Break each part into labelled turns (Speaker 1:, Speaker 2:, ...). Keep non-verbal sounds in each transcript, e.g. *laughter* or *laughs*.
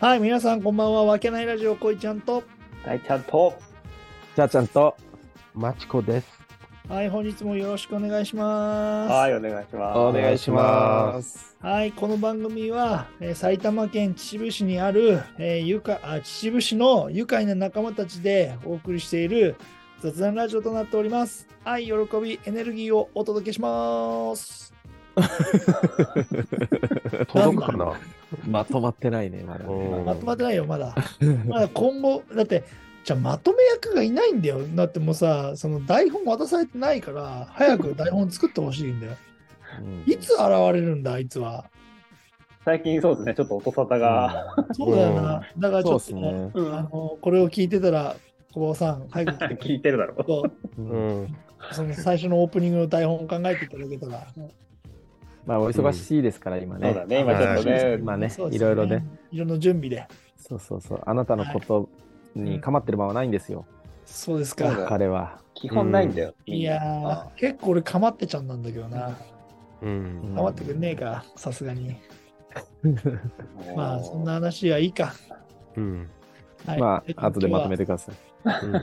Speaker 1: はい、皆さんこんばんは。わけないラジオ、こいちゃんと。
Speaker 2: 大ちゃんと、
Speaker 3: じゃあちゃんと、まちこです。
Speaker 1: はい、本日もよろしくお願いします。。
Speaker 2: はい、お願いします。
Speaker 3: お願いします
Speaker 1: はい、この番組は、えー埼玉県秩父市にある、えーゆかあ秩父市の愉快な仲間たちでお送りしている雑談ラジオとなっております。愛、喜び、エネルギーをお届けします。
Speaker 4: 届くかな
Speaker 3: *laughs* まとまってないね、まだ。
Speaker 4: うん
Speaker 1: まとまってないよ、ま
Speaker 2: *laughs*
Speaker 1: だ。まだ今後、だって、じゃあまとめ役がいないんだよ。だってもうさ、その台本渡されてないから、早く台本作ってほしいんだよ。
Speaker 3: うん
Speaker 1: いつ現れるんだ、あいつは。
Speaker 2: 最近そうですね、ちょっと音沙汰が、
Speaker 1: そうだよな。だからちょっと、
Speaker 3: そうっすね
Speaker 1: うんあのこれを聞いてたら、小坊さん、早く
Speaker 2: 聞いてるだろう。
Speaker 3: *laughs*
Speaker 1: と
Speaker 4: うん。
Speaker 1: その最初のオープニングの台本を考えていただけたら。
Speaker 3: まあ、お忙しいですから、今ね。
Speaker 2: そうだね今ちょっとね
Speaker 3: はいまあね
Speaker 1: そう、で
Speaker 3: い
Speaker 1: す
Speaker 3: ろいろね。。
Speaker 1: いろんな準備で。
Speaker 3: そうそうそう。あなたのことに構ってる場はないんですよ、
Speaker 1: そうです
Speaker 2: そうだ
Speaker 1: か。
Speaker 2: よ
Speaker 3: 彼は。
Speaker 2: 基本ないんだよ。
Speaker 1: いやー、結構俺、かまってちゃんなんだけどな。
Speaker 4: うん。
Speaker 1: かまってくんねえか、さすがに。
Speaker 2: もう
Speaker 1: まあ、そんな話はいいか。
Speaker 4: うん。
Speaker 1: はい
Speaker 3: まあ、後でまとめ
Speaker 1: て。
Speaker 3: てください。
Speaker 1: 今日は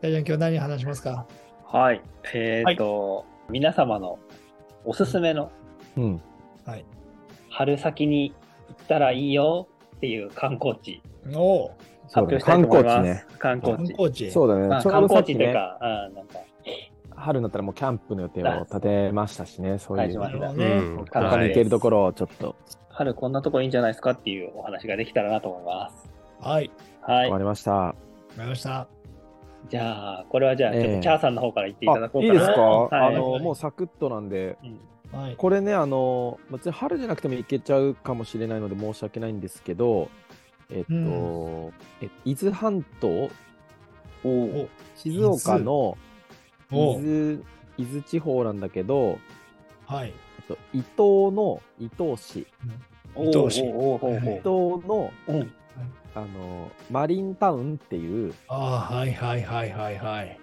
Speaker 1: 大丈夫今日何話しますか
Speaker 2: はい。えっ、と、皆様のおすすめの
Speaker 3: うん。
Speaker 2: 春先に行ったらいいよっていう観光地、
Speaker 1: おう
Speaker 2: 発
Speaker 3: そうだ
Speaker 2: 表
Speaker 3: ね
Speaker 2: したい
Speaker 3: 観
Speaker 2: と思い
Speaker 3: 光
Speaker 2: ま
Speaker 3: 地
Speaker 2: す。
Speaker 1: 観
Speaker 2: 観光地。
Speaker 3: ね。
Speaker 1: 光地。。
Speaker 3: そううだ
Speaker 2: ま
Speaker 3: ね。
Speaker 2: あ
Speaker 3: ちょ
Speaker 2: 観
Speaker 3: うど
Speaker 2: 光
Speaker 3: さっ
Speaker 2: 地
Speaker 3: き
Speaker 2: という
Speaker 3: ね、
Speaker 2: か、うんなんか、
Speaker 3: 春になったらもうキャンプの予定を立てましたしね、そうい
Speaker 2: 始
Speaker 3: う
Speaker 2: ま。りだ
Speaker 1: ね
Speaker 2: *laughs*
Speaker 4: うん
Speaker 3: 他に行けるところをちょっと、
Speaker 2: 春こんなとこいいんじゃないですかっていうお話ができたらなと思います。
Speaker 1: はい。
Speaker 2: は
Speaker 3: 終
Speaker 2: い
Speaker 3: わ。りました。
Speaker 1: わかりました。
Speaker 2: じゃあ、これはじゃあ、ちょっと
Speaker 3: ええ
Speaker 2: チャーさんの方から言っていただ
Speaker 3: あ
Speaker 2: こう
Speaker 3: い
Speaker 2: か
Speaker 3: い
Speaker 2: な。
Speaker 3: ですか、
Speaker 2: はい
Speaker 3: あの、もうサクッとなんで、
Speaker 2: うん
Speaker 1: はい。
Speaker 3: これね、あの別に春じゃなくてもいけちゃうかもしれないので申し訳ないんですけど、えっと、
Speaker 1: うん
Speaker 3: え伊豆半島、
Speaker 2: お
Speaker 1: お
Speaker 3: 静岡の伊
Speaker 1: おう
Speaker 3: 豆伊豆地方なんだけど、
Speaker 1: はい。
Speaker 3: えっと、伊東の伊東市、
Speaker 2: お
Speaker 1: 伊藤氏
Speaker 2: おおお
Speaker 1: はい
Speaker 3: 伊東の
Speaker 2: うん
Speaker 3: あのマリンタウンっていう、
Speaker 1: ああ、はいはいはいはいはい。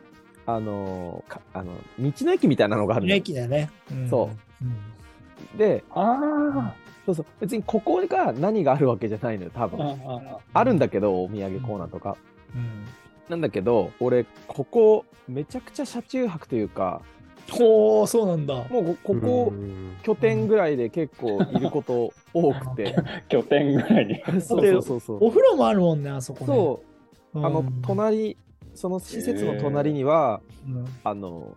Speaker 3: あのかあの道の駅みたいなのがあるの
Speaker 1: 駅だね。うん
Speaker 3: そ
Speaker 1: うん。
Speaker 3: で、
Speaker 2: あ
Speaker 3: そうそう、別にここが何があるわけじゃないのよ、多
Speaker 2: ーあ
Speaker 3: 分。
Speaker 2: ー。
Speaker 3: あるんだけど、お土産コーナーとか。
Speaker 1: うん。
Speaker 3: なんだけど、俺、ここ、めちゃくちゃ車中泊というか、
Speaker 1: ほう、そうなんだ。
Speaker 3: もうこここ、
Speaker 4: うん
Speaker 3: 拠点ぐらいで結構いること多くて、
Speaker 2: 拠点ぐらいに。
Speaker 3: *laughs* そうそうそうそう。
Speaker 1: お風呂もあるもんね、あそこね。
Speaker 3: そう、
Speaker 1: うん
Speaker 3: あの、隣、その施設の隣には、
Speaker 1: うん
Speaker 3: あの、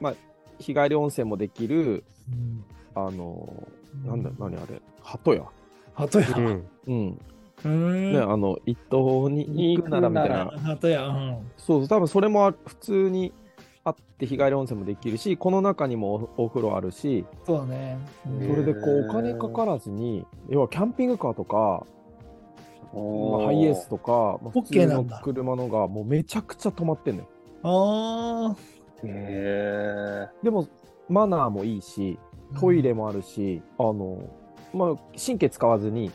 Speaker 3: まあ、日帰り温泉もできる、
Speaker 1: うん
Speaker 3: あの、なんだ、何あれ、鳩屋。
Speaker 1: 鳩屋。
Speaker 4: うん。
Speaker 3: うん。
Speaker 1: う
Speaker 3: ね、
Speaker 1: ん。
Speaker 3: あの、一等に行くならみたい
Speaker 2: 行くな
Speaker 3: な。
Speaker 1: 鳩屋。うん。
Speaker 3: そうそう、多分それもあ普通にあって、日帰り温泉もできるし、この中にもおお風呂あるし、
Speaker 1: そうだね。うん
Speaker 3: それでこ
Speaker 2: へー
Speaker 3: うお金かからずに、要はキャンピングカーとか、まあハイエースとか、まあ、
Speaker 1: オ
Speaker 3: 普
Speaker 1: ッケー
Speaker 3: 通
Speaker 1: な
Speaker 3: の
Speaker 1: んだ
Speaker 3: 車のがもうめちゃくちゃ止まってんのよ。
Speaker 1: ああ。
Speaker 2: へえ。
Speaker 3: でもマナーもいいし、トイレもあるし、あの、まあ、神経使わずに、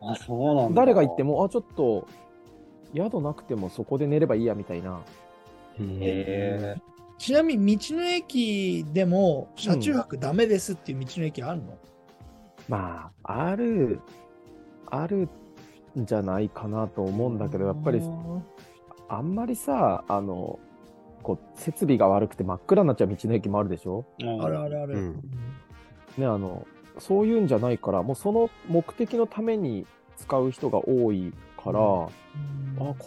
Speaker 2: あ、そうなんだ。
Speaker 3: 誰が行って。も、あ、ちょっと、宿なくてもそこで寝ればいいやみたいな。
Speaker 2: へえ。
Speaker 1: ちなみに、道の駅でも、車中泊ダメですっていう道の駅あるの
Speaker 3: まあ、ある、あるんじゃないかなと思うんだけど、やっぱり
Speaker 1: あー
Speaker 3: あんまりさ、あの、こう、設備が悪くて真っ暗になっちゃう道の駅もあるでしょ
Speaker 1: あるあるある。
Speaker 4: う
Speaker 1: うんん
Speaker 3: ね、あの、そういうんじゃないから、もうその目的のために使う人が多いから、あ、こ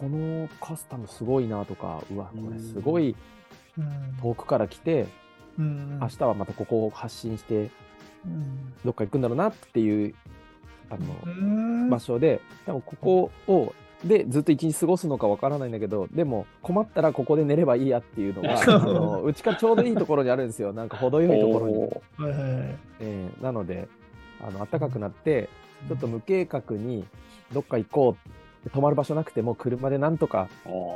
Speaker 3: のカスタムすごいなとか、うわ、これすごい
Speaker 1: うん
Speaker 3: 遠くから来て、
Speaker 1: うん
Speaker 3: 明日はまたここを発信して、
Speaker 1: うん
Speaker 3: どっか行くんだろうなっていう、あの、
Speaker 1: うん
Speaker 3: 場所で、多分ここを、で、ずっと一日過ごすのかわからないんだけど、でも困ったらここで寝ればいいやっていうの
Speaker 1: *laughs*
Speaker 3: が、あのうちからちょうどいいところにあるんですよ。なんか程よいところに。
Speaker 1: はいはいはい
Speaker 3: えーなので、あの、暖かくなって、ちょっと無計画にどっか行こう、泊まる場所なくても車でなんとか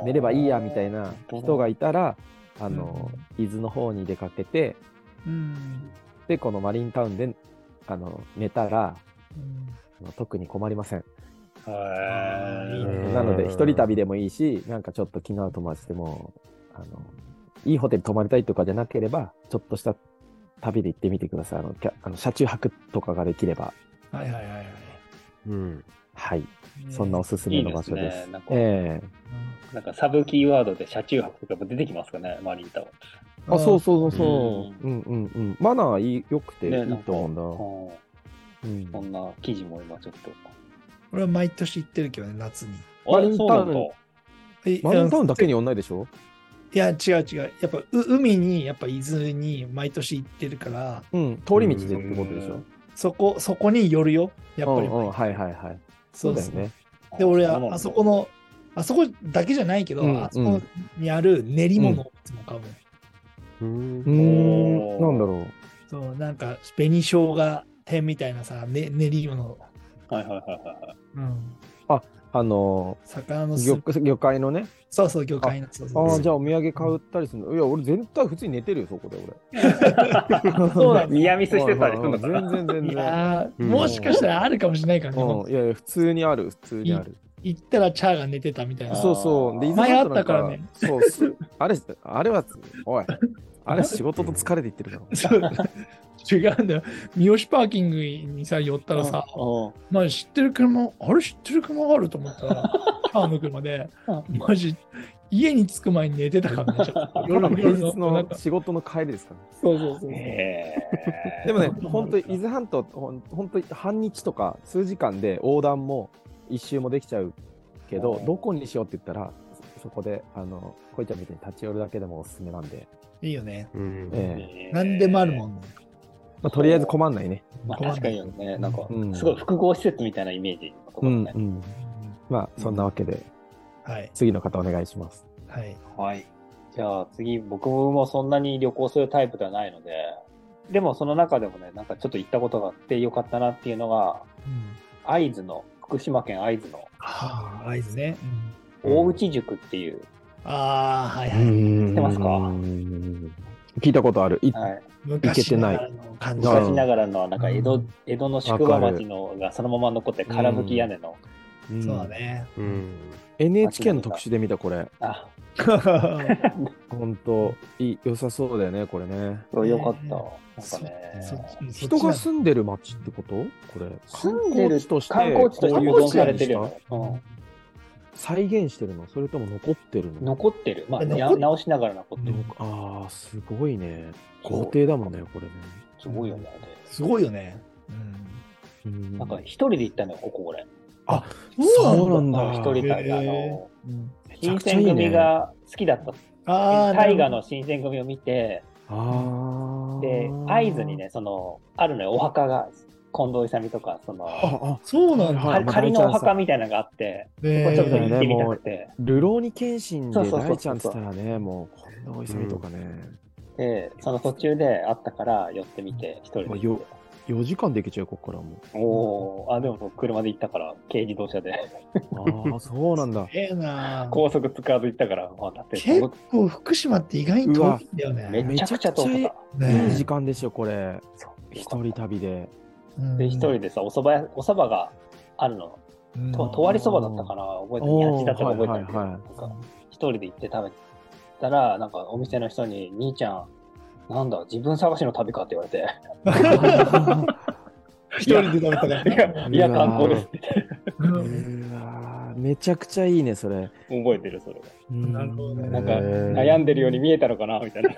Speaker 3: 寝ればいいやみたいな人がいたら、あの、伊豆の方に出かけて、
Speaker 1: うん
Speaker 3: で、このマリンタウンで、あの、寝たら、あの特に困りません。
Speaker 2: へー。
Speaker 4: うん
Speaker 3: なので、一人旅でもいいし、なんかちょっと気の合う友達でも、あの、いいホテル泊まりたいとかじゃなければ、ちょっとした旅で行ってみてください。あの、キャあの車中泊とかができれば。
Speaker 1: はいはいはいはい。
Speaker 4: うん。
Speaker 3: はい、そんなおすす
Speaker 2: い
Speaker 3: め
Speaker 2: い
Speaker 3: の
Speaker 2: で
Speaker 3: 場
Speaker 2: す
Speaker 3: 所で
Speaker 2: ね
Speaker 3: す。。
Speaker 2: なんか、
Speaker 3: え
Speaker 2: なんかサブキーワードで車中泊とかも出てきますかね、マリータは。
Speaker 3: えあ、そうそうそう
Speaker 2: う
Speaker 3: そう。うんうんうん。マナーいい良くていい
Speaker 2: ねなんか
Speaker 3: と思
Speaker 2: うん
Speaker 3: うんだ。
Speaker 2: そ
Speaker 3: うん
Speaker 2: んな記事も今ちょっと。
Speaker 1: 俺は毎年行ってるけどね、夏に。
Speaker 2: あ
Speaker 3: マリンタウ
Speaker 2: そう
Speaker 3: ン
Speaker 2: なんだ
Speaker 1: え
Speaker 3: マリンタウンだけ
Speaker 1: い
Speaker 3: にはないでしょ
Speaker 1: や、違う違う。やっぱう海に、やっぱ伊豆に毎年行ってるから、
Speaker 3: うん、通り道でってことでしょ。
Speaker 1: そこ、そこに寄るよ。やっぱり。
Speaker 3: うんうん、はいはいはい。
Speaker 1: そ
Speaker 3: そう
Speaker 1: う
Speaker 3: だ
Speaker 1: で
Speaker 3: よ
Speaker 1: す
Speaker 3: ね
Speaker 1: ね。。で、俺
Speaker 2: うなん
Speaker 1: は
Speaker 2: だ
Speaker 1: あそこの、あそこだけじゃないけど、
Speaker 3: うん
Speaker 1: あそこにある練り物をいつも買うのよ、
Speaker 4: うん
Speaker 3: うーん、なんだろ
Speaker 1: そう、なんか紅生姜店みたいなさ、ね、練り物。
Speaker 2: はいはいはいはいはい。
Speaker 1: うん。
Speaker 3: う。あの、
Speaker 1: 魚のスー
Speaker 3: 魚
Speaker 1: プ。
Speaker 3: 魚介のね。
Speaker 1: そうそう、魚介の。そう
Speaker 3: あ
Speaker 1: そうそ
Speaker 3: あ、
Speaker 1: う
Speaker 3: じゃあお土産買ったりするの。いや、俺全体普通に寝てるよ、そこで俺。
Speaker 1: そう
Speaker 3: *laughs*
Speaker 1: なんだ
Speaker 2: ニアミスしてたりす
Speaker 3: う
Speaker 2: る
Speaker 3: ん
Speaker 2: の
Speaker 3: うん
Speaker 2: かな。
Speaker 3: 全然全
Speaker 1: い
Speaker 3: 然。
Speaker 1: やー
Speaker 4: うん
Speaker 1: もしかしたらあるかもしれないからね。
Speaker 3: うん、いやいや、普通にある、普通にある。
Speaker 1: 行ったらチャーが寝てたみたいな。
Speaker 3: そうそう。で、
Speaker 1: 前あ
Speaker 3: 伊
Speaker 1: っ
Speaker 3: 豆なん
Speaker 1: たからね。
Speaker 3: そう、すあれ、あれは、おい、あれ仕事と疲れていってるだろ。
Speaker 1: そう *laughs* 違うんだよ。三好パーキングにさ、寄ったらさ、
Speaker 2: う
Speaker 1: まあ知ってる車、あれ知ってる車があると思った *laughs* ら、チャーの車で、
Speaker 2: う
Speaker 1: マジ、家に着く前に寝てたからね。ちょっと夜の夜
Speaker 3: 平
Speaker 1: の
Speaker 3: 日
Speaker 1: なん
Speaker 3: の
Speaker 1: か
Speaker 3: 仕事の帰りですから。
Speaker 1: そうそうそう。
Speaker 2: んへえ。
Speaker 3: でもね、本当に伊豆半島、ほん本当に半日とか数時間で横断も一周もできちゃうけど
Speaker 2: う、ん
Speaker 3: どこにしようって言ったら、そそこで、あの、こいちゃんみたいに立ち寄るだけでもおすすめなんで、
Speaker 1: いいよね。
Speaker 4: うん
Speaker 3: ええ
Speaker 2: ね
Speaker 1: 何でもあるもんね。
Speaker 3: まあ、とりあえず困んないね。
Speaker 2: まあ、確かにね、なんか
Speaker 3: う、ん
Speaker 2: すごい複合施設みたいなイメージのとこ
Speaker 3: う
Speaker 2: ろ
Speaker 3: ん、
Speaker 2: ね
Speaker 3: う。ん。まあ、そんなわけで、
Speaker 1: はい。
Speaker 3: 次の方お願いします。
Speaker 1: はい。
Speaker 2: はい。じゃあ次、僕もそんなに旅行するタイプではないので、でもその中でもね、なんかちょっと行ったことがあってよかったなっていうのが、
Speaker 1: うん
Speaker 2: 会津の、福島県会津の
Speaker 1: はあ、合図ね。うん
Speaker 2: 大内塾っていう、
Speaker 1: ああ、はいは
Speaker 4: う
Speaker 1: い。
Speaker 4: ん
Speaker 2: 知ってますか
Speaker 3: 聞いたことある。い
Speaker 2: はい、
Speaker 1: 昔ながらの感じ。
Speaker 3: いけて
Speaker 2: 昔ながらの、なんか江
Speaker 1: う
Speaker 2: 戸
Speaker 1: ん、
Speaker 2: 江戸の宿場町のがそのまま残って、空むき屋根の、
Speaker 3: うん
Speaker 1: そうだね。
Speaker 4: うん。
Speaker 3: NHK の特集で見た、これ。
Speaker 2: あ、
Speaker 3: 本当いい良さそうだよねこれね
Speaker 2: よかった。なん
Speaker 1: *laughs* そ
Speaker 2: かね、
Speaker 1: そっち
Speaker 3: 人が
Speaker 1: そっ
Speaker 3: 住んでる町ってことこれ
Speaker 2: 住んでる
Speaker 3: として
Speaker 2: 観光地として
Speaker 3: こういう
Speaker 2: 保存されてる
Speaker 3: どう
Speaker 2: よ
Speaker 3: に
Speaker 2: ね
Speaker 3: し。
Speaker 1: ちなんだ
Speaker 2: うん
Speaker 3: た再現してるのそれとも残ってるの
Speaker 2: 残ってる。まあ、
Speaker 1: え残っ
Speaker 2: や直しながら残ってる。
Speaker 3: のああすごいね豪邸だもんねこれね
Speaker 2: すごいよね。
Speaker 1: すごいよね。うん
Speaker 3: うん
Speaker 2: なんか一人で行ったのよ、ここ俺。
Speaker 3: そうなん
Speaker 2: あの
Speaker 3: だ
Speaker 2: 一人旅、
Speaker 1: へー
Speaker 2: あの、
Speaker 1: うん
Speaker 2: 新選組が好きだった。
Speaker 1: ああ、
Speaker 2: 大河の新選組を見て、
Speaker 3: ああ
Speaker 2: で、会津にね、その、あるのよ、お墓が、近藤勇とか、その、
Speaker 3: ああ
Speaker 1: そうなん
Speaker 3: は
Speaker 1: だ。
Speaker 3: い
Speaker 2: か仮のお墓みたいなのがあって、そこ
Speaker 1: ね
Speaker 2: ちょっと行
Speaker 3: ね
Speaker 2: ってみたくて、
Speaker 3: 流浪に謙信で
Speaker 2: そうそうそうそう
Speaker 3: 大ちゃんって言ったらねもうこんなお勇とかね
Speaker 2: で、その途中で会ったから寄ってみて、一人
Speaker 3: まあ
Speaker 2: で。
Speaker 3: よ4時間で行けちゃうここからも
Speaker 2: おーあ、でも車で行ったから、軽自動車で。
Speaker 3: うああそうなんだ
Speaker 1: ええな。
Speaker 2: 高速使わず行ったから、まあ、だって、
Speaker 1: 結構福島って意外に遠いんだよ
Speaker 2: め
Speaker 1: ね。
Speaker 2: ちゃくちゃ遠く
Speaker 3: めちゃ
Speaker 2: た
Speaker 3: く。 *laughs* いい
Speaker 1: ね
Speaker 3: 時間ですよこれ一人旅で
Speaker 1: うん
Speaker 2: で、一人でさ、お蕎麦屋、お蕎麦があるの。
Speaker 1: うん
Speaker 2: と、とわりそばだったかな覚えて
Speaker 3: おー
Speaker 2: ない。八だったか覚えてないけど。
Speaker 3: はいはいはい
Speaker 2: なんか、一人で行って食べたら、なんかお店の人に、兄ちゃん、なんだ、自分探しの旅かって言われて。
Speaker 1: *laughs*
Speaker 3: *laughs*
Speaker 1: 一人で食べたから
Speaker 2: い
Speaker 1: ね。
Speaker 2: や、いや、観光ですって
Speaker 1: う
Speaker 3: うんわーめちゃくちゃいいねそれ
Speaker 2: 覚えてる、それが。
Speaker 1: なるほどね
Speaker 2: なんか、
Speaker 3: 悩
Speaker 2: 悩んでるように見えたのかなみたいな。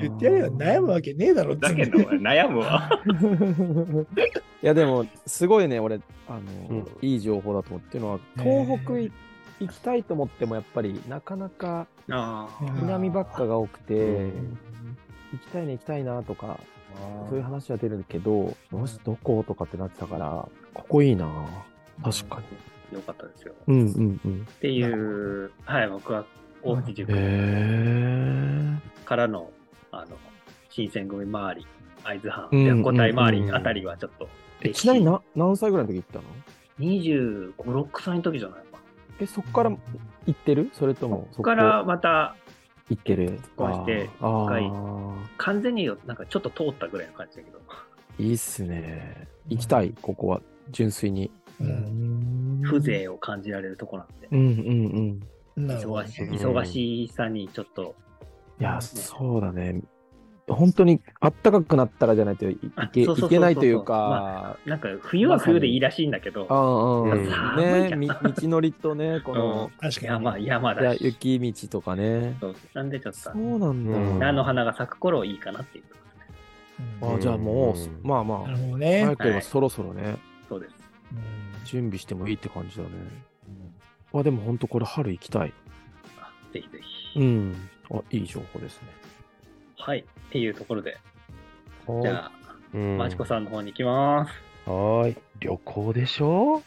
Speaker 1: 言ってやれよ、悩むわけねえだろ、
Speaker 2: *laughs* だけど、悩むわ。
Speaker 3: むいやでもすごいね俺あの、
Speaker 4: うん
Speaker 3: いい情報だと思うっていうのは東北い行きたいと思ってもやっぱりなかなか
Speaker 2: あー
Speaker 3: 南ばっかが多くて、
Speaker 4: うん
Speaker 3: 行きたいね行きたいなとかそういう話は出るけど、もしどことかってなってたから、ここいいな確かに。
Speaker 2: よかったですよ。
Speaker 3: うんうんうん。
Speaker 2: っていう、はい、僕は、大内
Speaker 3: へえ。
Speaker 2: からの、あの、新選組周り、会津藩、
Speaker 3: うん
Speaker 2: 白虎隊周
Speaker 3: うんうん
Speaker 2: り
Speaker 3: うん
Speaker 2: あたりはちょっと、
Speaker 3: え、ちなみにな何歳ぐらいの時行ったの
Speaker 2: 25、6歳の時じゃないかな。
Speaker 3: え、そこから行ってるそれとも、
Speaker 2: そ
Speaker 3: そ
Speaker 2: こからまた、
Speaker 3: 行ってる
Speaker 2: こうして
Speaker 3: あー
Speaker 2: 一回
Speaker 3: あ
Speaker 2: 完全によなんかちょっと通ったぐらいの感じだけど。
Speaker 3: ーいいっすね。行きたい、ここは、純粋に。
Speaker 1: うん
Speaker 2: 風情を感じられるとこなんで
Speaker 3: う。んうんうん。
Speaker 1: なるほど
Speaker 2: 忙しい、
Speaker 4: うん
Speaker 2: 忙しさにちょっと、
Speaker 3: いや、そうだね。本当にあったかくなったらじゃないとい
Speaker 2: あ
Speaker 3: け
Speaker 2: そうそうそうそう
Speaker 3: いけないというか、
Speaker 2: なんか冬は冬でいいらしいんだけど、
Speaker 3: ああ、うん
Speaker 4: うん
Speaker 3: ね、み道のりと
Speaker 2: *laughs*
Speaker 3: ね、この、
Speaker 1: 確かに。
Speaker 2: 山山
Speaker 3: い
Speaker 2: だ
Speaker 3: や
Speaker 2: し、
Speaker 3: 雪道とかね。
Speaker 2: そうなんでちょっと
Speaker 3: そうなんだ。
Speaker 4: うん
Speaker 2: 菜の花が咲く頃いいかなっていう
Speaker 1: うん
Speaker 3: あじゃあもう、
Speaker 4: うん
Speaker 3: まあま
Speaker 1: な
Speaker 3: あ
Speaker 1: る、ほどね。
Speaker 3: 早ければそろそろね、
Speaker 2: そうです。
Speaker 1: うん
Speaker 3: 準備してもいいって感じだね。あでも本当これ春行きたい。
Speaker 2: あぜひぜひ。
Speaker 3: うん。あいい情報ですね。
Speaker 2: はい。っていうところで、じ
Speaker 3: は
Speaker 2: ゃ
Speaker 4: う
Speaker 2: あ、
Speaker 4: ん
Speaker 2: まちこさんの方に行きます。
Speaker 4: はーい。旅行でしょ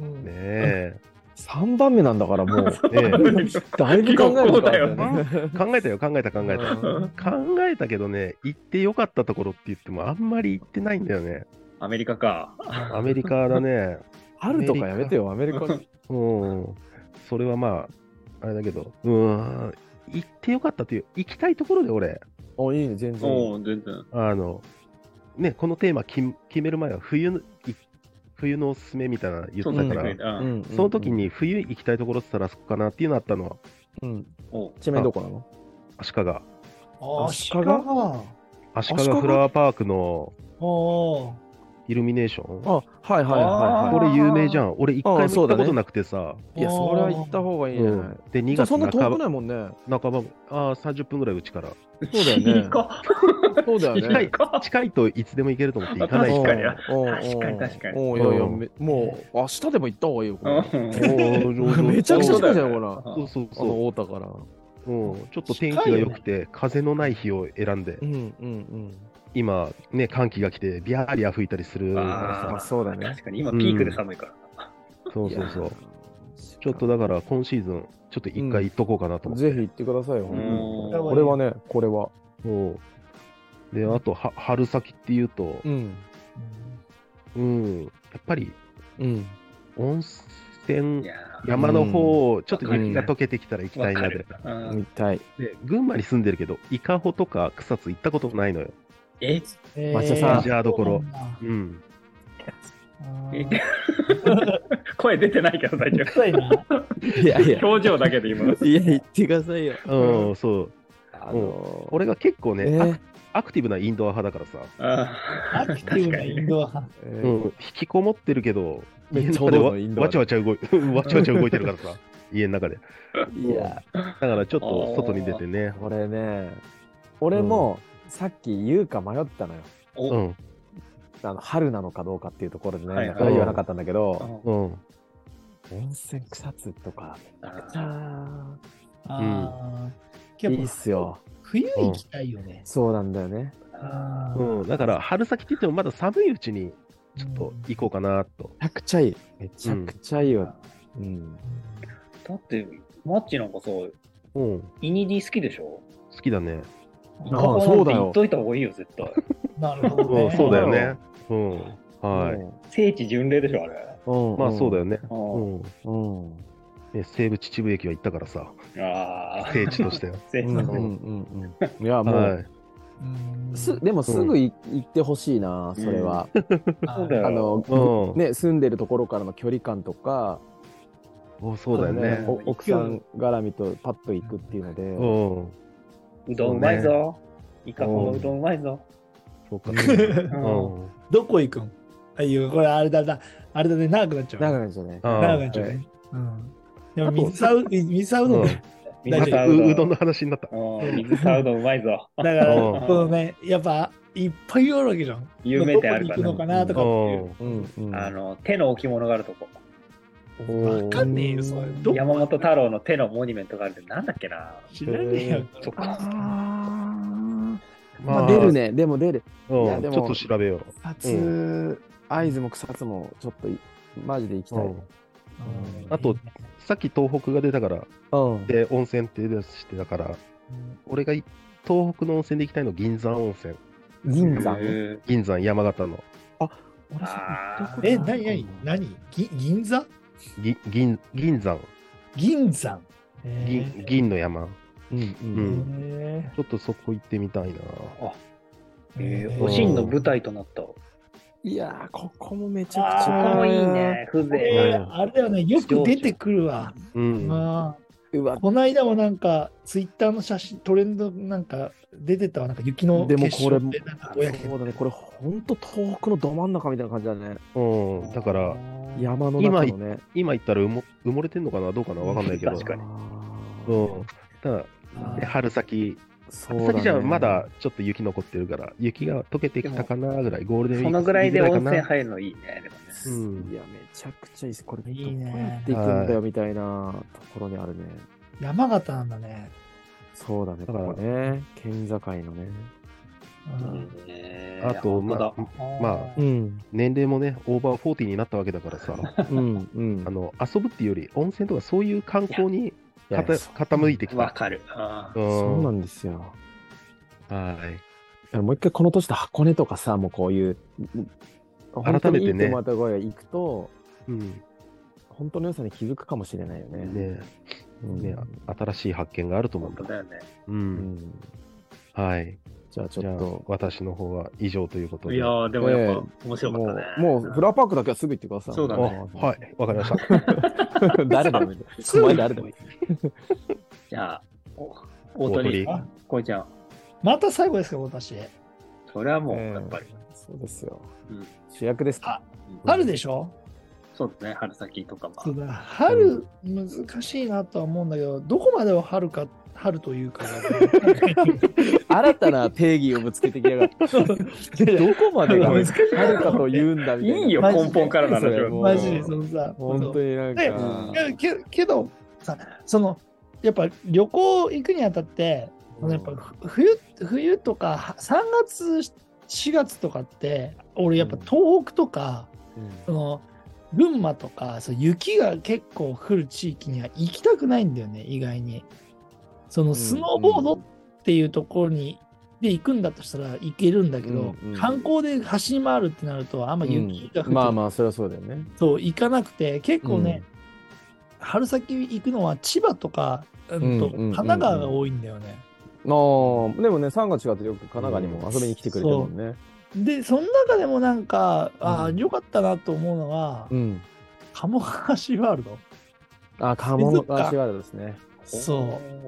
Speaker 1: うん
Speaker 4: ねえ。
Speaker 3: い。3番目なんだから *laughs* もう、だ
Speaker 4: ね
Speaker 3: いぶ考え
Speaker 2: 旅行
Speaker 3: るか
Speaker 2: だ
Speaker 3: ら
Speaker 2: よ
Speaker 4: ね
Speaker 3: *laughs*
Speaker 4: 考えたよ、考えた、考えた。
Speaker 3: うん
Speaker 4: 考えたけどね、行ってよかったところって言っても、あんまり行ってないんだよね。
Speaker 2: アメリカか。
Speaker 4: アメリカだね。
Speaker 3: 春とかやめてよ、アメリカに。
Speaker 4: うん。それはまあ、あれだけど、うーん、行ってよかったという、行きたいところで俺、
Speaker 3: *laughs* おいいね、全然いい。
Speaker 2: おお全然。
Speaker 4: あの、ね、このテーマき決める前は冬の、い冬のおすすめみたいなの言
Speaker 2: そ
Speaker 4: っ
Speaker 2: う
Speaker 4: て
Speaker 2: だ
Speaker 4: た
Speaker 2: ね
Speaker 4: から、
Speaker 2: う。
Speaker 3: うんん
Speaker 4: その時、に冬行きたいところって言ったらあそこかなっていうのあったの、
Speaker 3: うん、
Speaker 2: おう
Speaker 3: ちなみにどこなの
Speaker 4: アシカが。
Speaker 1: あ、
Speaker 3: 足
Speaker 1: 鹿
Speaker 3: 利
Speaker 1: が。
Speaker 4: アシ
Speaker 3: ア
Speaker 4: カ
Speaker 3: シカが
Speaker 4: がフラワーパークの
Speaker 1: おー
Speaker 4: イルミネーション。
Speaker 3: あ、はいはいはい
Speaker 4: こ
Speaker 3: は
Speaker 4: れ有名じゃん。俺一回も
Speaker 3: あそう
Speaker 4: 行っ
Speaker 3: だ
Speaker 4: た
Speaker 3: ね
Speaker 4: ことなくてさ。
Speaker 3: い。いや、それは行った方がいいね。
Speaker 4: うんで、2
Speaker 3: じゃあ
Speaker 4: 月
Speaker 3: そんな遠
Speaker 4: 半
Speaker 3: くな
Speaker 4: ば、
Speaker 3: いもんね。
Speaker 4: 半ば、ああ、30分ぐらいうちから。
Speaker 3: そうだよ
Speaker 2: *laughs*
Speaker 3: ね
Speaker 2: いいか。
Speaker 3: そう *laughs* だよね。
Speaker 4: 近
Speaker 2: いか。
Speaker 4: 近いといつでも行けると思って行かない
Speaker 2: 確
Speaker 4: と
Speaker 2: かに
Speaker 3: うん
Speaker 2: 確かに確かに
Speaker 3: うんうんいやいや、
Speaker 4: うん
Speaker 3: めもう、明日でも行った方がいいよ、これ
Speaker 4: おー上手
Speaker 3: *laughs* めちゃくちゃ近いじゃ
Speaker 2: そうだよ
Speaker 3: ん、
Speaker 2: ね
Speaker 3: ほら。あ
Speaker 4: そうそうそう。
Speaker 3: の、太田から。
Speaker 4: うん、ちょっと天気が良くて、風のない日を選んで
Speaker 3: う、んうん
Speaker 4: 今、ね、寒気が来て、ビャーリャー吹いたりするから
Speaker 3: ー
Speaker 4: さ、
Speaker 3: まあそうだね。
Speaker 2: 確かに今ピークで寒いから。
Speaker 4: そううんそうそ
Speaker 3: いうや、
Speaker 4: ちょっとだから、今シーズン、ちょっと一回行っとこうかなと思って、
Speaker 3: ぜひ行ってくださいよ、
Speaker 2: うん
Speaker 3: これはね、これは。
Speaker 4: そうであとは、春先っていうと、
Speaker 3: うん。
Speaker 4: うん、やっぱり
Speaker 3: うん。
Speaker 4: 温
Speaker 2: い
Speaker 4: 泉、
Speaker 2: や
Speaker 4: 山の方、ちょっ
Speaker 2: わ
Speaker 4: と
Speaker 2: か
Speaker 3: る
Speaker 4: 雪が溶けてきたら行き
Speaker 2: ー、
Speaker 4: た
Speaker 2: わ
Speaker 4: い
Speaker 2: か
Speaker 4: な
Speaker 2: る
Speaker 4: で。。
Speaker 2: うん
Speaker 3: 見たい。
Speaker 4: で、群馬に住んでるけど、伊香保とか草津行ったことないのよ。
Speaker 2: え、
Speaker 1: えー
Speaker 3: 町田さん
Speaker 4: メジャーどころ。うん。
Speaker 1: あ
Speaker 2: え
Speaker 1: ー
Speaker 2: 声出てないけど大丈
Speaker 1: 臭いな。
Speaker 3: いやいや、
Speaker 2: 夫。表情だけで今。
Speaker 3: いや、行ってくださいよ。
Speaker 4: うん、そう。
Speaker 3: あの
Speaker 4: 俺が結構ね、
Speaker 3: ー、
Speaker 4: アクアクティブなインドア派だからさ。
Speaker 2: あ
Speaker 1: ア
Speaker 2: ー
Speaker 1: クティブなインドア派。
Speaker 3: えー
Speaker 4: うん、引きこもってるけど、
Speaker 3: め
Speaker 4: 家
Speaker 3: っ
Speaker 4: の
Speaker 3: ちゃ
Speaker 4: 中で
Speaker 3: 踊
Speaker 4: わ
Speaker 3: るのインドア
Speaker 4: わちゃわちゃ動い *laughs* わちゃわちゃ動いてるから *laughs* さ、家の中で。
Speaker 3: いや、
Speaker 4: だからちょっと外に出てね。
Speaker 3: これね、俺もさっき言うか迷ったのよ。
Speaker 4: う
Speaker 2: お
Speaker 4: ん、
Speaker 3: あの春なのかどうかっていうところで
Speaker 2: はい
Speaker 3: ね、
Speaker 2: は
Speaker 3: ないかなか言わなかったんだけど、
Speaker 4: うん。
Speaker 3: 温泉草津とか、
Speaker 2: あ
Speaker 3: めちゃくちゃ
Speaker 1: あー
Speaker 3: い
Speaker 1: や
Speaker 3: いっ
Speaker 1: っぱ
Speaker 3: すよ。
Speaker 1: 冬行きたいよね。
Speaker 3: そうなんだよね。
Speaker 1: あー
Speaker 4: うん、だから春先って言ってもまだ寒いうちにちょっと行こうかなと。
Speaker 3: めちゃくちゃいい。めちゃくちゃいいよ。うん。
Speaker 2: だって、マッチなんかさ、
Speaker 4: うん、
Speaker 2: イニディ好きでしょ
Speaker 4: 好きだね。
Speaker 1: うん
Speaker 3: ああそうだよ
Speaker 2: 行っといた方がいいよ、絶対。
Speaker 1: なるほど
Speaker 4: う
Speaker 1: ね
Speaker 4: ん、。そうだよね。うん。はい。
Speaker 2: 聖地巡礼でしょ、あれ。
Speaker 3: うん。
Speaker 4: まあそうだよね。う。
Speaker 2: うん
Speaker 3: うん。
Speaker 4: ね、西武秩父駅は行ったから
Speaker 2: ん。
Speaker 4: さ、
Speaker 2: ああ。
Speaker 4: 聖地として *laughs* は。
Speaker 2: 聖
Speaker 3: う
Speaker 2: 地
Speaker 3: ん。
Speaker 2: の
Speaker 3: うん。
Speaker 2: 方
Speaker 3: うん。うん。いや、もう、
Speaker 4: はい。
Speaker 1: うん。
Speaker 3: す、でもすぐい行ってほしいな、それは。
Speaker 2: そうだよ。
Speaker 3: あの、
Speaker 4: うん。
Speaker 3: ね、住んでるところからの距離感とか、
Speaker 4: おそうだよ
Speaker 1: そうだ
Speaker 4: ね。
Speaker 3: お奥さん絡みとパッと行くっていうの
Speaker 4: う
Speaker 3: で、
Speaker 4: ん。
Speaker 2: うどんうまいぞ。イカホのうどんうまいぞ。
Speaker 4: そうか。
Speaker 1: あ
Speaker 4: う
Speaker 2: うん
Speaker 4: ん。
Speaker 1: *laughs* どこ行くんあ、いやこれあれだな。あれだね、長くなっちゃう。
Speaker 3: 長くなっちゃうね。
Speaker 4: あ
Speaker 1: 長くなっちゃうね。うん。でも水サウ、水サウ
Speaker 4: う
Speaker 1: の
Speaker 4: ん
Speaker 1: ね。
Speaker 2: 水
Speaker 1: だ
Speaker 2: 沢
Speaker 4: うう
Speaker 2: う
Speaker 4: ど
Speaker 2: ど
Speaker 4: ん
Speaker 2: ん
Speaker 4: の話になった。
Speaker 2: うん。水沢うどんうまいぞ。
Speaker 1: だから、
Speaker 4: うん
Speaker 1: このね、やっぱ、いっぱいあるわけじゃん。
Speaker 2: 有名店あるか
Speaker 1: どこに行
Speaker 2: ら
Speaker 1: くの。かなとかっていう。
Speaker 3: うん。うん。
Speaker 2: あの、手の置物があるとこ。
Speaker 1: わかんねえよ、それ。ど
Speaker 2: 山本太郎の手のモニュメントがあるって、なんだっけな。
Speaker 1: 知らねえよ。
Speaker 2: そっ
Speaker 3: あ
Speaker 2: か。
Speaker 3: ーまあ出るね、でも出る。
Speaker 4: うん
Speaker 3: いやでも
Speaker 4: ちょっと調べよ
Speaker 3: 草津、会津も草津もちょっといマジで行き
Speaker 4: う、
Speaker 3: たい。
Speaker 1: うん
Speaker 4: あと、さっき東北が出たから
Speaker 3: うん。
Speaker 4: で温泉って出してたから俺がい東北の温泉で行きたいの銀山温泉
Speaker 3: 銀山。
Speaker 2: へ
Speaker 4: 銀山山形の
Speaker 3: 俺そこ行ったこと
Speaker 1: え、
Speaker 3: な
Speaker 1: ないになになにぎ銀座
Speaker 4: ぎ銀銀山
Speaker 1: 銀山。
Speaker 4: 銀銀の山
Speaker 3: うんう。
Speaker 4: うんん
Speaker 1: へ
Speaker 4: ちょっとそこ行ってみたいな
Speaker 1: え
Speaker 2: え
Speaker 4: ー
Speaker 2: おしんの舞台となった。こ
Speaker 3: いやー、ここもめちゃくち
Speaker 1: あー
Speaker 3: ゃ。
Speaker 2: こもいいね。風
Speaker 1: これ
Speaker 2: 情。
Speaker 1: あれだよね、よく出てくるわ。
Speaker 4: うん
Speaker 1: まあ、
Speaker 3: うわ、
Speaker 1: この間もなんか、ツイッターの写真、トレンドなんか出てたわ、なんか雪の
Speaker 3: でも
Speaker 1: 結
Speaker 3: これ
Speaker 1: 晶ってなんかぼやけて
Speaker 3: そうだね、これほんと遠くのど真ん中みたいな感じだね。
Speaker 4: うん、だから、
Speaker 3: 山の中のね。
Speaker 4: 今言ったら埋も埋もれてんのかな、どうかな、わかんないけど。
Speaker 2: *laughs* 確かに
Speaker 4: う。
Speaker 3: うん
Speaker 4: ただ、
Speaker 1: あー
Speaker 4: で春先、
Speaker 3: そう
Speaker 4: 春
Speaker 3: だね
Speaker 4: 先じゃまだちょっと雪残ってるから、雪が溶けてきたかなぐらい、ゴールデンウィー
Speaker 2: そ
Speaker 4: ク
Speaker 2: のぐらいで
Speaker 4: 過ぎ
Speaker 2: 温
Speaker 4: か
Speaker 2: 泉
Speaker 4: な
Speaker 2: 入るのいいね。でもね
Speaker 4: うん
Speaker 3: いや、めちゃくちゃいいです。これ、ど
Speaker 1: いいね
Speaker 3: こやっていくんだよみたいなところにあるね。
Speaker 1: 山形なんだね。
Speaker 3: そうだね、
Speaker 4: だ
Speaker 3: こ
Speaker 4: から
Speaker 3: こね。県境のね。
Speaker 1: うん
Speaker 2: いいね
Speaker 4: あと、
Speaker 2: 本当
Speaker 4: ま
Speaker 2: だ
Speaker 4: あ、まあ
Speaker 3: うん。
Speaker 4: 年齢もね、オーバーフォーティーになったわけだからさ、
Speaker 3: うん。うん
Speaker 4: あ。の遊ぶっていうより、温泉とかそういう観光に
Speaker 3: いや
Speaker 4: かた傾いてき
Speaker 2: わ
Speaker 4: た。
Speaker 2: かる。あー
Speaker 4: うん
Speaker 3: そうなんですよ。
Speaker 4: は
Speaker 3: だ
Speaker 4: い。
Speaker 3: からもう一回この年で箱根とかさ、もうこういう、
Speaker 4: 改
Speaker 3: 本当
Speaker 4: めてね
Speaker 3: にいいと思ったところへ行くと、
Speaker 4: うん。
Speaker 3: 本当の良さに気づくかもしれないよね。
Speaker 4: ね
Speaker 3: うん
Speaker 4: ね新しい発見があると思う
Speaker 2: 本
Speaker 4: ん
Speaker 2: 当だ
Speaker 4: だ。
Speaker 2: よね。
Speaker 4: う。
Speaker 3: うんん
Speaker 4: はい。
Speaker 3: じゃあち
Speaker 4: じゃ
Speaker 3: ょ
Speaker 4: あ
Speaker 3: っと、、
Speaker 4: 私の方は以上ということで。
Speaker 2: いやー、でもやっぱ面白か
Speaker 3: も
Speaker 2: ったね。
Speaker 3: う、もうフラワーパークだけはすぐ行ってください。
Speaker 2: そうだ
Speaker 4: あ
Speaker 2: ね
Speaker 4: はい、わかりまし
Speaker 3: *laughs*
Speaker 4: た。
Speaker 3: 誰でもいい。お前誰でもいい。
Speaker 2: *laughs* じゃあ、お大鳥、
Speaker 1: あ
Speaker 2: こいちゃん、
Speaker 1: また最後ですか、私。
Speaker 2: それはもう、
Speaker 3: ええ
Speaker 2: やっぱり、
Speaker 3: そうですよ。
Speaker 2: うん
Speaker 3: 主役ですか。
Speaker 2: うん
Speaker 1: 春でしょ、
Speaker 2: そうだね、春先とかま
Speaker 1: そうだ春、難しいなとは思うんだけど、どこまでを春か、春というか、
Speaker 3: 新たな定義をぶつけてきやがった。 *laughs* どこまでが
Speaker 1: 難 *laughs*
Speaker 3: 春
Speaker 1: しい
Speaker 3: かと言うんだみたいな。
Speaker 2: いいよ、
Speaker 1: マジで
Speaker 2: 根本からの
Speaker 3: そ
Speaker 2: 話
Speaker 3: れ
Speaker 2: は。。
Speaker 3: もう
Speaker 1: マジでそのさ、
Speaker 3: 本当になん
Speaker 1: い
Speaker 3: か。
Speaker 1: けけけどさそのやっぱ旅行行くにあたって、
Speaker 3: うん
Speaker 1: やっぱふ冬冬とかは3月4月とかって俺やっぱ東北とか、その群馬とかそう雪が結構降る地域には行きたくないんだよね意外に。そのスノーボードっていうところに、で行くんだとしたら行けるんだけど、
Speaker 3: うんうん
Speaker 1: 観光で走り回るってなるとあんま雪が降って、
Speaker 3: うんまあまあ、それはそうだよね。
Speaker 1: そう行かなくて結構ね、春先行くのは千葉とか、うんと
Speaker 3: うんうんうんうん
Speaker 1: 神奈川が多いんだよね。
Speaker 3: あーでもね、3月4月よく神奈川にも遊びに来てくれてるもんね。
Speaker 1: でその中でもなんか、ああ
Speaker 3: うん
Speaker 1: よかったなと思うのは、
Speaker 3: うん。
Speaker 1: 鴨川シーワールド
Speaker 3: あ、カモンガシワールドですね。
Speaker 1: そう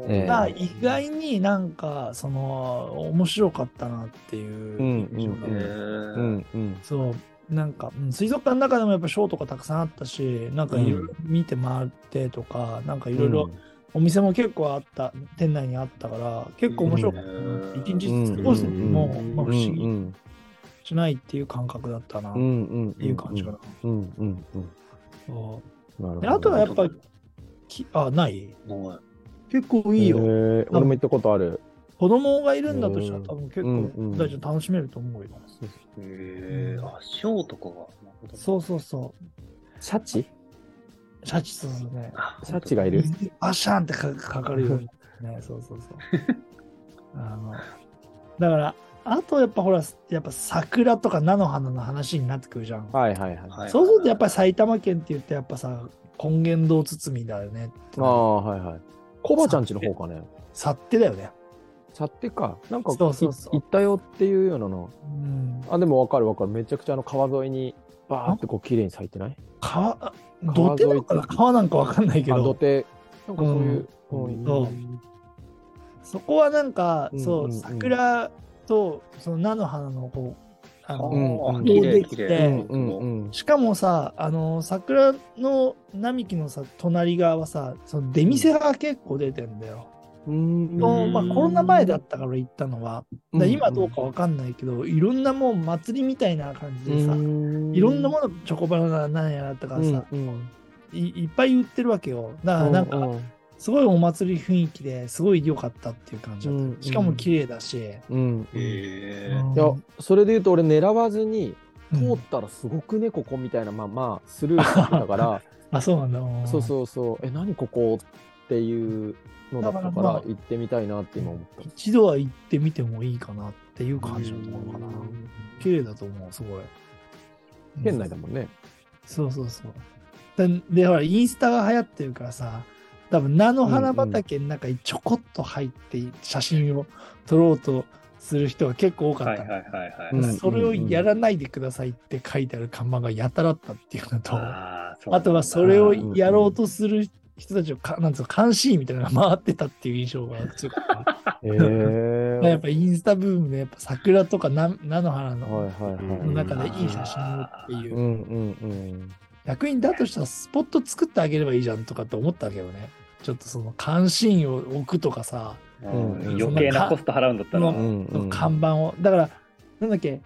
Speaker 3: ええ
Speaker 1: が意外になんかその面白かったなっていう印象が、
Speaker 3: うんう
Speaker 2: うん
Speaker 3: んうん。
Speaker 1: そうなんか、うん水族館の中でもやっぱショーとかたくさんあったしなんかいろいろ見て回ってとか、なんかいろいろお店も結構あった店内にあったから結構面白かった
Speaker 2: うん
Speaker 1: 一日過ごすのも、まあ、不思
Speaker 3: う
Speaker 1: 議
Speaker 3: ん
Speaker 1: しないっていう感覚だったなっ
Speaker 3: うんうんうんうん。
Speaker 1: ていう感じかな、
Speaker 3: うんうんうん。
Speaker 1: そ
Speaker 3: なるほ
Speaker 1: う
Speaker 3: ど
Speaker 1: で
Speaker 3: ね
Speaker 1: あとはやっぱきあない
Speaker 2: もう
Speaker 4: 結構いい
Speaker 3: へ
Speaker 4: よ。
Speaker 3: ー俺も行ったことある。
Speaker 1: 子供がいるんだとしたら多分結
Speaker 3: うんうん
Speaker 1: 構大丈夫楽しめると思うよ、
Speaker 2: ええあ、ショーとかが。
Speaker 1: そうそうそ
Speaker 3: シャチ
Speaker 1: うシャチそうそうね
Speaker 2: あ
Speaker 3: シャチがいる。
Speaker 1: バシャンってかかかるように
Speaker 3: *laughs*
Speaker 1: ねそうそうそうあのだからあとやっぱほらやっぱ桜とか菜の花の話になってくるじゃん
Speaker 3: はいはいはい。
Speaker 2: はい
Speaker 1: そうするとやっぱり埼玉県って言ってやっぱさ根源堂包みだよねって
Speaker 3: ああ、はいはい。コバちゃんちの方かね。
Speaker 1: 去ってだよね。
Speaker 3: チャってか。なんか、
Speaker 1: そうそうそう
Speaker 3: い行ったよっていうようなの。
Speaker 1: うん、
Speaker 3: あ、でもわかるわかる。めちゃくちゃあの川沿いに、バーってこう綺麗に咲いてない
Speaker 1: 川あ
Speaker 3: 川
Speaker 1: 土
Speaker 3: 沿い
Speaker 1: 手なのかな川なんかわかんないけ
Speaker 3: あ、土
Speaker 1: ど
Speaker 3: 手。なんかそういう。
Speaker 4: うん
Speaker 3: うん
Speaker 1: そうそこはなんか、
Speaker 3: うん
Speaker 1: そう
Speaker 3: うんうん
Speaker 1: 桜とその菜の花のこうあの、
Speaker 3: うんうん
Speaker 2: 綺麗、綺
Speaker 1: ええ
Speaker 2: 麗。
Speaker 3: うんうんうん
Speaker 1: しかもさあの桜の並木のさ隣側はさその出店が結構出てんだよ。
Speaker 3: うん
Speaker 1: の
Speaker 2: うん
Speaker 1: まあ、コロナ前だったから行ったのはだから今どうかわ
Speaker 3: わ
Speaker 1: かんないけどいろんなもう祭りみたいな感じでさ、
Speaker 3: ん
Speaker 1: いろんなものチョコバナナなんやらとかさ、
Speaker 3: うんうん
Speaker 1: いいっぱい売ってるわけよだからなん
Speaker 3: う
Speaker 1: か
Speaker 3: う
Speaker 1: すごいお祭り雰囲気ですごい良かったっていう感じだった、
Speaker 3: うんうん
Speaker 1: しかも綺麗だし、
Speaker 3: うんうんい
Speaker 2: ええ
Speaker 3: や
Speaker 1: うん
Speaker 3: それで言うと俺狙わずに
Speaker 1: う
Speaker 3: 通っ
Speaker 1: ん
Speaker 3: たらすごくねここみたいなまあまあスルーしてたから
Speaker 1: あそうなんだん
Speaker 3: そうそうそうえ何ここっていうのだった
Speaker 1: だか
Speaker 3: から
Speaker 1: ま
Speaker 3: ら
Speaker 1: あ
Speaker 3: 行ってみたいなって今思った
Speaker 1: 一度は行ってみてもいいかなっていう感じのところかな
Speaker 2: うん
Speaker 1: 綺麗だと思うすごい
Speaker 3: 県内だ
Speaker 1: も
Speaker 3: もん
Speaker 1: *laughs*
Speaker 3: ね
Speaker 1: そうそうそうででほらインスタが流行ってるからさ多分菜の花畑の中にちょこっと入って写真を撮ろうとする人が結構多かったの
Speaker 2: はいはいはい
Speaker 3: うん
Speaker 2: はい。
Speaker 1: それをやらないでくださいって書いてある看板がやたらあったっていうのと、
Speaker 2: あー
Speaker 1: あとはそれをやろうとする人たちをか、なんつうか、監視員みたいなのが回ってたっていう印象が強くて。 *laughs*
Speaker 3: え
Speaker 1: まあやっ
Speaker 3: ー。
Speaker 1: ぱインスタブームで、やっぱ桜とかな菜の花の
Speaker 3: はいはいはい。
Speaker 1: の中でいい写真をっていうう。
Speaker 3: んうんうん。
Speaker 1: 逆にだとしたらスポット作ってあげればいいじゃんとかって思ったけどね。ちょっとその監視員を置くとかさ、
Speaker 2: うん
Speaker 3: うん
Speaker 2: 余計なコスト払うんだったら
Speaker 1: う。
Speaker 3: ん
Speaker 1: その看板を。だから、なんだっけ、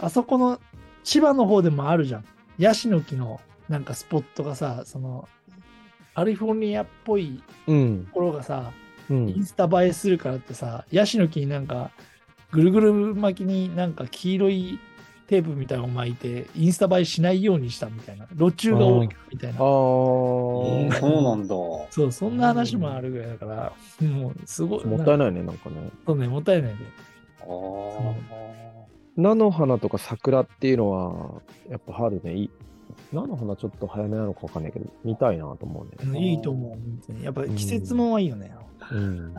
Speaker 1: あそこの千葉の方でもあるじゃん。ヤシの木のなんかスポットがさ、その、カリフォルニアっぽい
Speaker 3: うん
Speaker 1: ところがさ、
Speaker 3: う
Speaker 1: イ
Speaker 3: ん
Speaker 1: ン。スタ映えするからってさ、ヤシの木になんか、ぐるぐる巻きになんか黄色いテープみたいなのを巻いて、インスタ映えしないようにしたみたいな。路中が多いからみたい
Speaker 3: あ
Speaker 1: な。
Speaker 3: ー
Speaker 2: うんそうなんだ。
Speaker 1: そう、そんな話もあるぐらいだから、もうすごい。
Speaker 3: もったい
Speaker 1: い。
Speaker 3: ないね、なんかね。
Speaker 1: そうね、もったいないね。
Speaker 2: あー
Speaker 3: 菜の花とか桜っていうのは、やっぱ春ね、いい。菜の花ちょっと早めなのかわかんないけど、見たいなと思うね。
Speaker 1: うんいいと思う、本当に。やっぱ季節もんはいいよね。
Speaker 3: うん。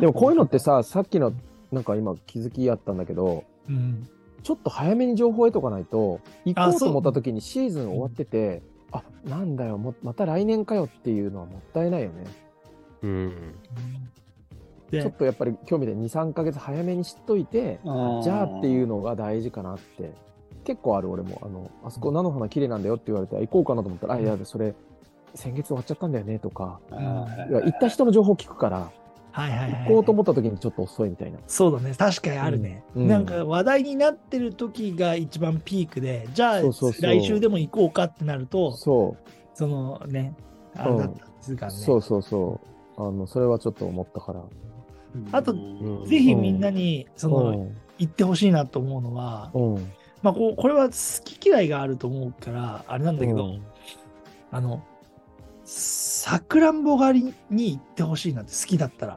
Speaker 3: でもこういうのってさ、さっきの、なんか今気づきやったんだけど、
Speaker 1: うん。
Speaker 3: ちょっと早めに情報を得とかないと、行こ
Speaker 1: あ
Speaker 3: う
Speaker 1: そ
Speaker 3: と
Speaker 1: う
Speaker 3: 思った時にシーズン終わってて、あ、なんだよ、もまた来年かよっていうのはもったいないよね。
Speaker 4: うん。
Speaker 1: で、
Speaker 3: ちょっとやっぱり今日みたいに2、3ヶ月早めに知っといて、
Speaker 2: うん
Speaker 3: じゃあっていうのが大事かなって。結構ある俺も、あの、あそこ菜の花綺麗なんだよって言われて、あ行こうかなと思ったら、あ、いや、それ、先月終わっちゃったんだよねとか、
Speaker 2: あー
Speaker 3: いや行った人の情報聞くから、
Speaker 1: はいはいはい。
Speaker 3: 行こうと思った時にちょっと遅いみたいな。
Speaker 1: そうだね、確かにあるね。
Speaker 3: うん
Speaker 1: なんか話題になってる時が一番ピークで、じゃあ
Speaker 3: そうそうそう
Speaker 1: 来週でも行こうかってなると、そ
Speaker 3: そ
Speaker 1: のね、あれだったんですか
Speaker 3: う、
Speaker 1: らね。
Speaker 3: そうそうそう。あの、それはちょっと思ったから。
Speaker 1: あと
Speaker 2: うん
Speaker 1: ぜひみんなにその、
Speaker 3: うん
Speaker 1: 行ってほしいなと思うのは、
Speaker 3: うん。
Speaker 1: まあこうこれは好き嫌いがあると思うからあれなんだけど、
Speaker 3: うん
Speaker 1: あのさくらんぼ狩りに行ってほしいなって好きだったら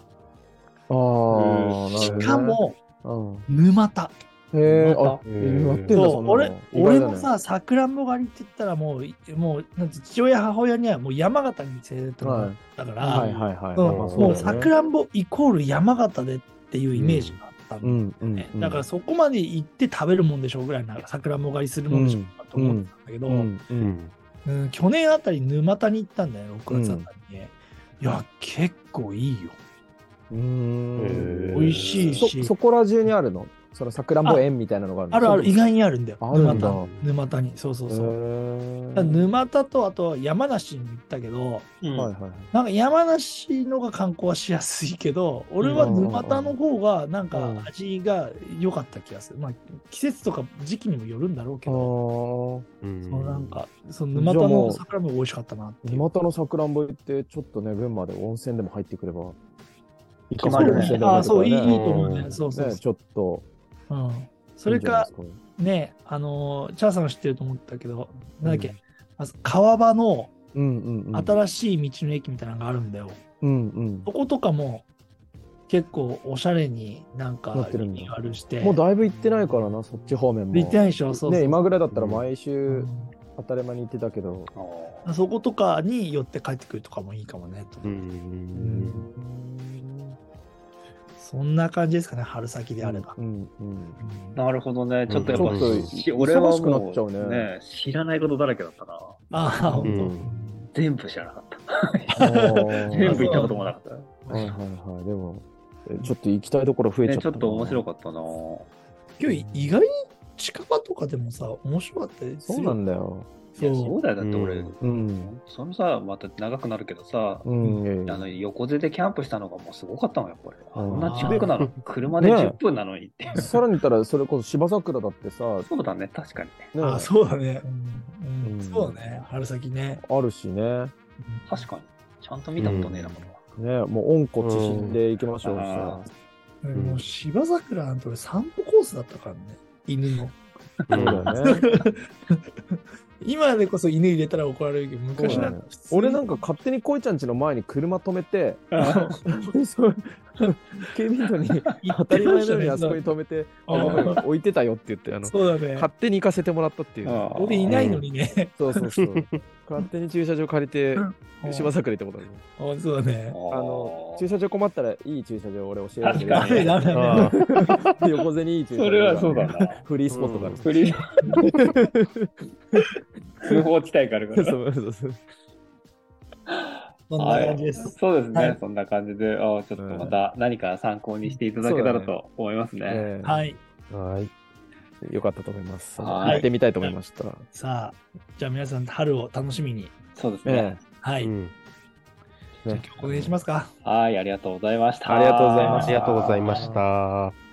Speaker 3: ああ、な
Speaker 1: し
Speaker 3: る
Speaker 1: かも
Speaker 3: ほどね。
Speaker 1: 沼田
Speaker 3: うん、へ
Speaker 2: ま
Speaker 3: え、
Speaker 2: た
Speaker 3: あ、やってんだ、
Speaker 1: そう
Speaker 3: そんなの
Speaker 1: 俺
Speaker 3: 意外
Speaker 1: 俺
Speaker 3: だね
Speaker 1: もささくらんぼ狩りって言ったらもういもうなんて父親母親にはもう山形に連れてってもらったから、
Speaker 3: はいはいはい。
Speaker 1: うん
Speaker 3: まあ
Speaker 1: もう
Speaker 3: そ
Speaker 1: さ
Speaker 3: だよね
Speaker 1: くらんぼイコール山形でっていうイメージがあったの、
Speaker 3: うんうん
Speaker 1: ね
Speaker 3: うん。
Speaker 1: だからそこまで行って食べるもんでしょうぐらいな桜も狩りするもんでしょうかと思ってたんだけど、
Speaker 3: う
Speaker 1: うん
Speaker 3: んう
Speaker 4: う
Speaker 3: ん
Speaker 4: ん。
Speaker 1: 去年あたり沼田に行ったんだよ6月あたりに、いや結構いいよ
Speaker 3: うーん
Speaker 4: へー
Speaker 1: 美味しい
Speaker 3: そ
Speaker 1: し、
Speaker 3: そこら中にあるのそのさくらんぼ園みたいなのがあるの
Speaker 1: あるある意外にあるんだよ
Speaker 3: あるんだ
Speaker 1: 沼田沼田にそうそう
Speaker 3: へ
Speaker 1: そう、
Speaker 3: ー
Speaker 1: だから沼田とあと山梨に行ったけど
Speaker 2: うん
Speaker 3: はいはいはい
Speaker 1: なんか山梨のが観光はしやすいけど俺は沼田の方がなん
Speaker 3: う
Speaker 1: か
Speaker 3: ん
Speaker 1: 味が良かった気がする、まあ季節とか時期にもよるんだろうけ
Speaker 3: あ
Speaker 1: ど
Speaker 3: ー
Speaker 4: うん
Speaker 1: そのなんか、その
Speaker 3: じゃあ
Speaker 1: 沼田
Speaker 3: も
Speaker 1: の
Speaker 3: う
Speaker 1: 桜も美味しかったなっていう。
Speaker 3: 沼田のさくらんぼ行ってちょっとね群馬で温泉でも入ってくれば
Speaker 2: 決
Speaker 1: そ
Speaker 2: ま
Speaker 1: う
Speaker 2: る
Speaker 1: だ
Speaker 2: ね
Speaker 1: ね。ああ、そう、いいいいと
Speaker 3: ね
Speaker 1: 思うね
Speaker 4: う。ん
Speaker 1: そうそう
Speaker 3: ね
Speaker 1: そ
Speaker 3: ちょっと
Speaker 1: う。うん。それか、
Speaker 3: いいんじゃないです
Speaker 1: ね、あのー、チャーさん知ってると思ったけど、なんだっ
Speaker 3: う
Speaker 1: け
Speaker 3: ん、
Speaker 1: あそ川場の
Speaker 3: うんうんうん
Speaker 1: 新しい道の駅みたいなのがあるんだよ。
Speaker 3: うんうん
Speaker 1: そことかも、結構おしゃれになんか
Speaker 3: なってる
Speaker 1: リ
Speaker 3: んだ
Speaker 1: ニューアルして、
Speaker 3: もうだいぶ行ってないからなそっち方面も
Speaker 1: 行ってないでしょ、そうそう
Speaker 3: ね今ぐらいだったら毎
Speaker 1: う
Speaker 3: 週
Speaker 1: ん
Speaker 3: 当たり前に行ってたけど
Speaker 2: あー
Speaker 1: そことかに寄って帰ってくるとかもいいかもね、と
Speaker 4: う。
Speaker 3: うんん
Speaker 1: そんな感じですかね、春先であれば。
Speaker 3: うんうん
Speaker 1: うん
Speaker 2: なるほどね。ちょっとやっ
Speaker 4: う
Speaker 2: ぱ、
Speaker 4: んちょっと
Speaker 2: し俺は
Speaker 3: 忙しくなっ
Speaker 2: も
Speaker 3: ちゃう
Speaker 2: う
Speaker 3: ね
Speaker 2: ね、知らないことだらけだったな。
Speaker 1: ああ、
Speaker 3: う
Speaker 1: 本当。
Speaker 2: 全部知らなかっ
Speaker 3: あ
Speaker 2: た。
Speaker 3: ー
Speaker 2: 全部行ったこともなかった。
Speaker 3: はいはいはい、でも、えちょっと行きたいところ増えちゃ
Speaker 2: ね、
Speaker 3: った
Speaker 2: ちょ
Speaker 3: な、
Speaker 2: っと面白かったな。
Speaker 1: 今日意外に近場とかでもさ、面白かったりす
Speaker 3: そ
Speaker 1: る
Speaker 3: うな
Speaker 1: よ
Speaker 3: んだよ。
Speaker 2: いや、そ
Speaker 1: そ
Speaker 2: うだよ。だって俺、
Speaker 4: うん
Speaker 3: うん。
Speaker 2: そのさ、また長くなるけどさ、
Speaker 3: うん、いやい
Speaker 2: あ
Speaker 3: や
Speaker 2: の横瀬でキャンプしたのがもうすごかったのよ、これ。あ
Speaker 3: うん
Speaker 2: んな近くなの、車で
Speaker 3: ね
Speaker 2: 10分なのにって。
Speaker 3: さらに言ったら、それこそ芝桜だってさ、ね
Speaker 2: そうだね、確かにね。
Speaker 1: うあ、そうだね。うんうん
Speaker 3: うん
Speaker 1: そうだね。春先ね。
Speaker 3: あるしね、
Speaker 2: 確かに。ちゃんと見たことねえな、
Speaker 4: うん
Speaker 2: これは。
Speaker 3: ねもう温故知新で行きましょう
Speaker 2: うん
Speaker 3: さ。
Speaker 1: に。
Speaker 4: ん
Speaker 1: もう芝桜なんて俺散歩コースだったからね。犬の。
Speaker 3: そう *laughs* だよね。
Speaker 1: 今でこそ犬入れたら怒られるけど、昔
Speaker 3: そう
Speaker 1: なん
Speaker 3: だね
Speaker 1: か普通に
Speaker 3: 俺なんか勝手にこいちゃんちの前に車止めて、そう警備員
Speaker 1: *laughs*
Speaker 3: とに当たり前のようにあそこに止めて、
Speaker 1: あー
Speaker 3: 置いてたよって言って、あの、
Speaker 1: そうだね。
Speaker 3: 勝手に行かせてもらったっていう。
Speaker 2: あー
Speaker 1: 俺いないのにね。
Speaker 3: そうそうそう。勝手に駐車場借りて、芝
Speaker 1: 桜。
Speaker 3: 桜行ったことある。
Speaker 1: そうだね。
Speaker 3: あの駐車場困ったらいい駐車場俺教えるん
Speaker 2: あ
Speaker 1: ダメ
Speaker 3: で
Speaker 1: ダメダメ。
Speaker 3: 横瀬にいい駐車場
Speaker 2: それはそうだな。
Speaker 3: フリースポットがある、
Speaker 2: フリー通報地帯があるから。
Speaker 3: そうそうそう
Speaker 1: そんな感じです。
Speaker 2: そうですね、
Speaker 1: はい
Speaker 2: そんな感じで、あちょっとまた何か参考にしていただけたらと思いますね。
Speaker 3: ええ
Speaker 1: はい。
Speaker 4: はい。
Speaker 3: よかったと思います。
Speaker 2: はい
Speaker 3: 行ってみたいと思いました。
Speaker 1: さあ、じゃあ皆さん、春を楽しみに。
Speaker 2: そうです
Speaker 3: え
Speaker 2: ね。
Speaker 3: え
Speaker 1: はい。
Speaker 4: う
Speaker 1: じ
Speaker 4: ん
Speaker 1: ゃあ今日この辺にしますか。
Speaker 2: はい、ありがとうございました。
Speaker 3: ありがとうございました
Speaker 4: ありがとうございました。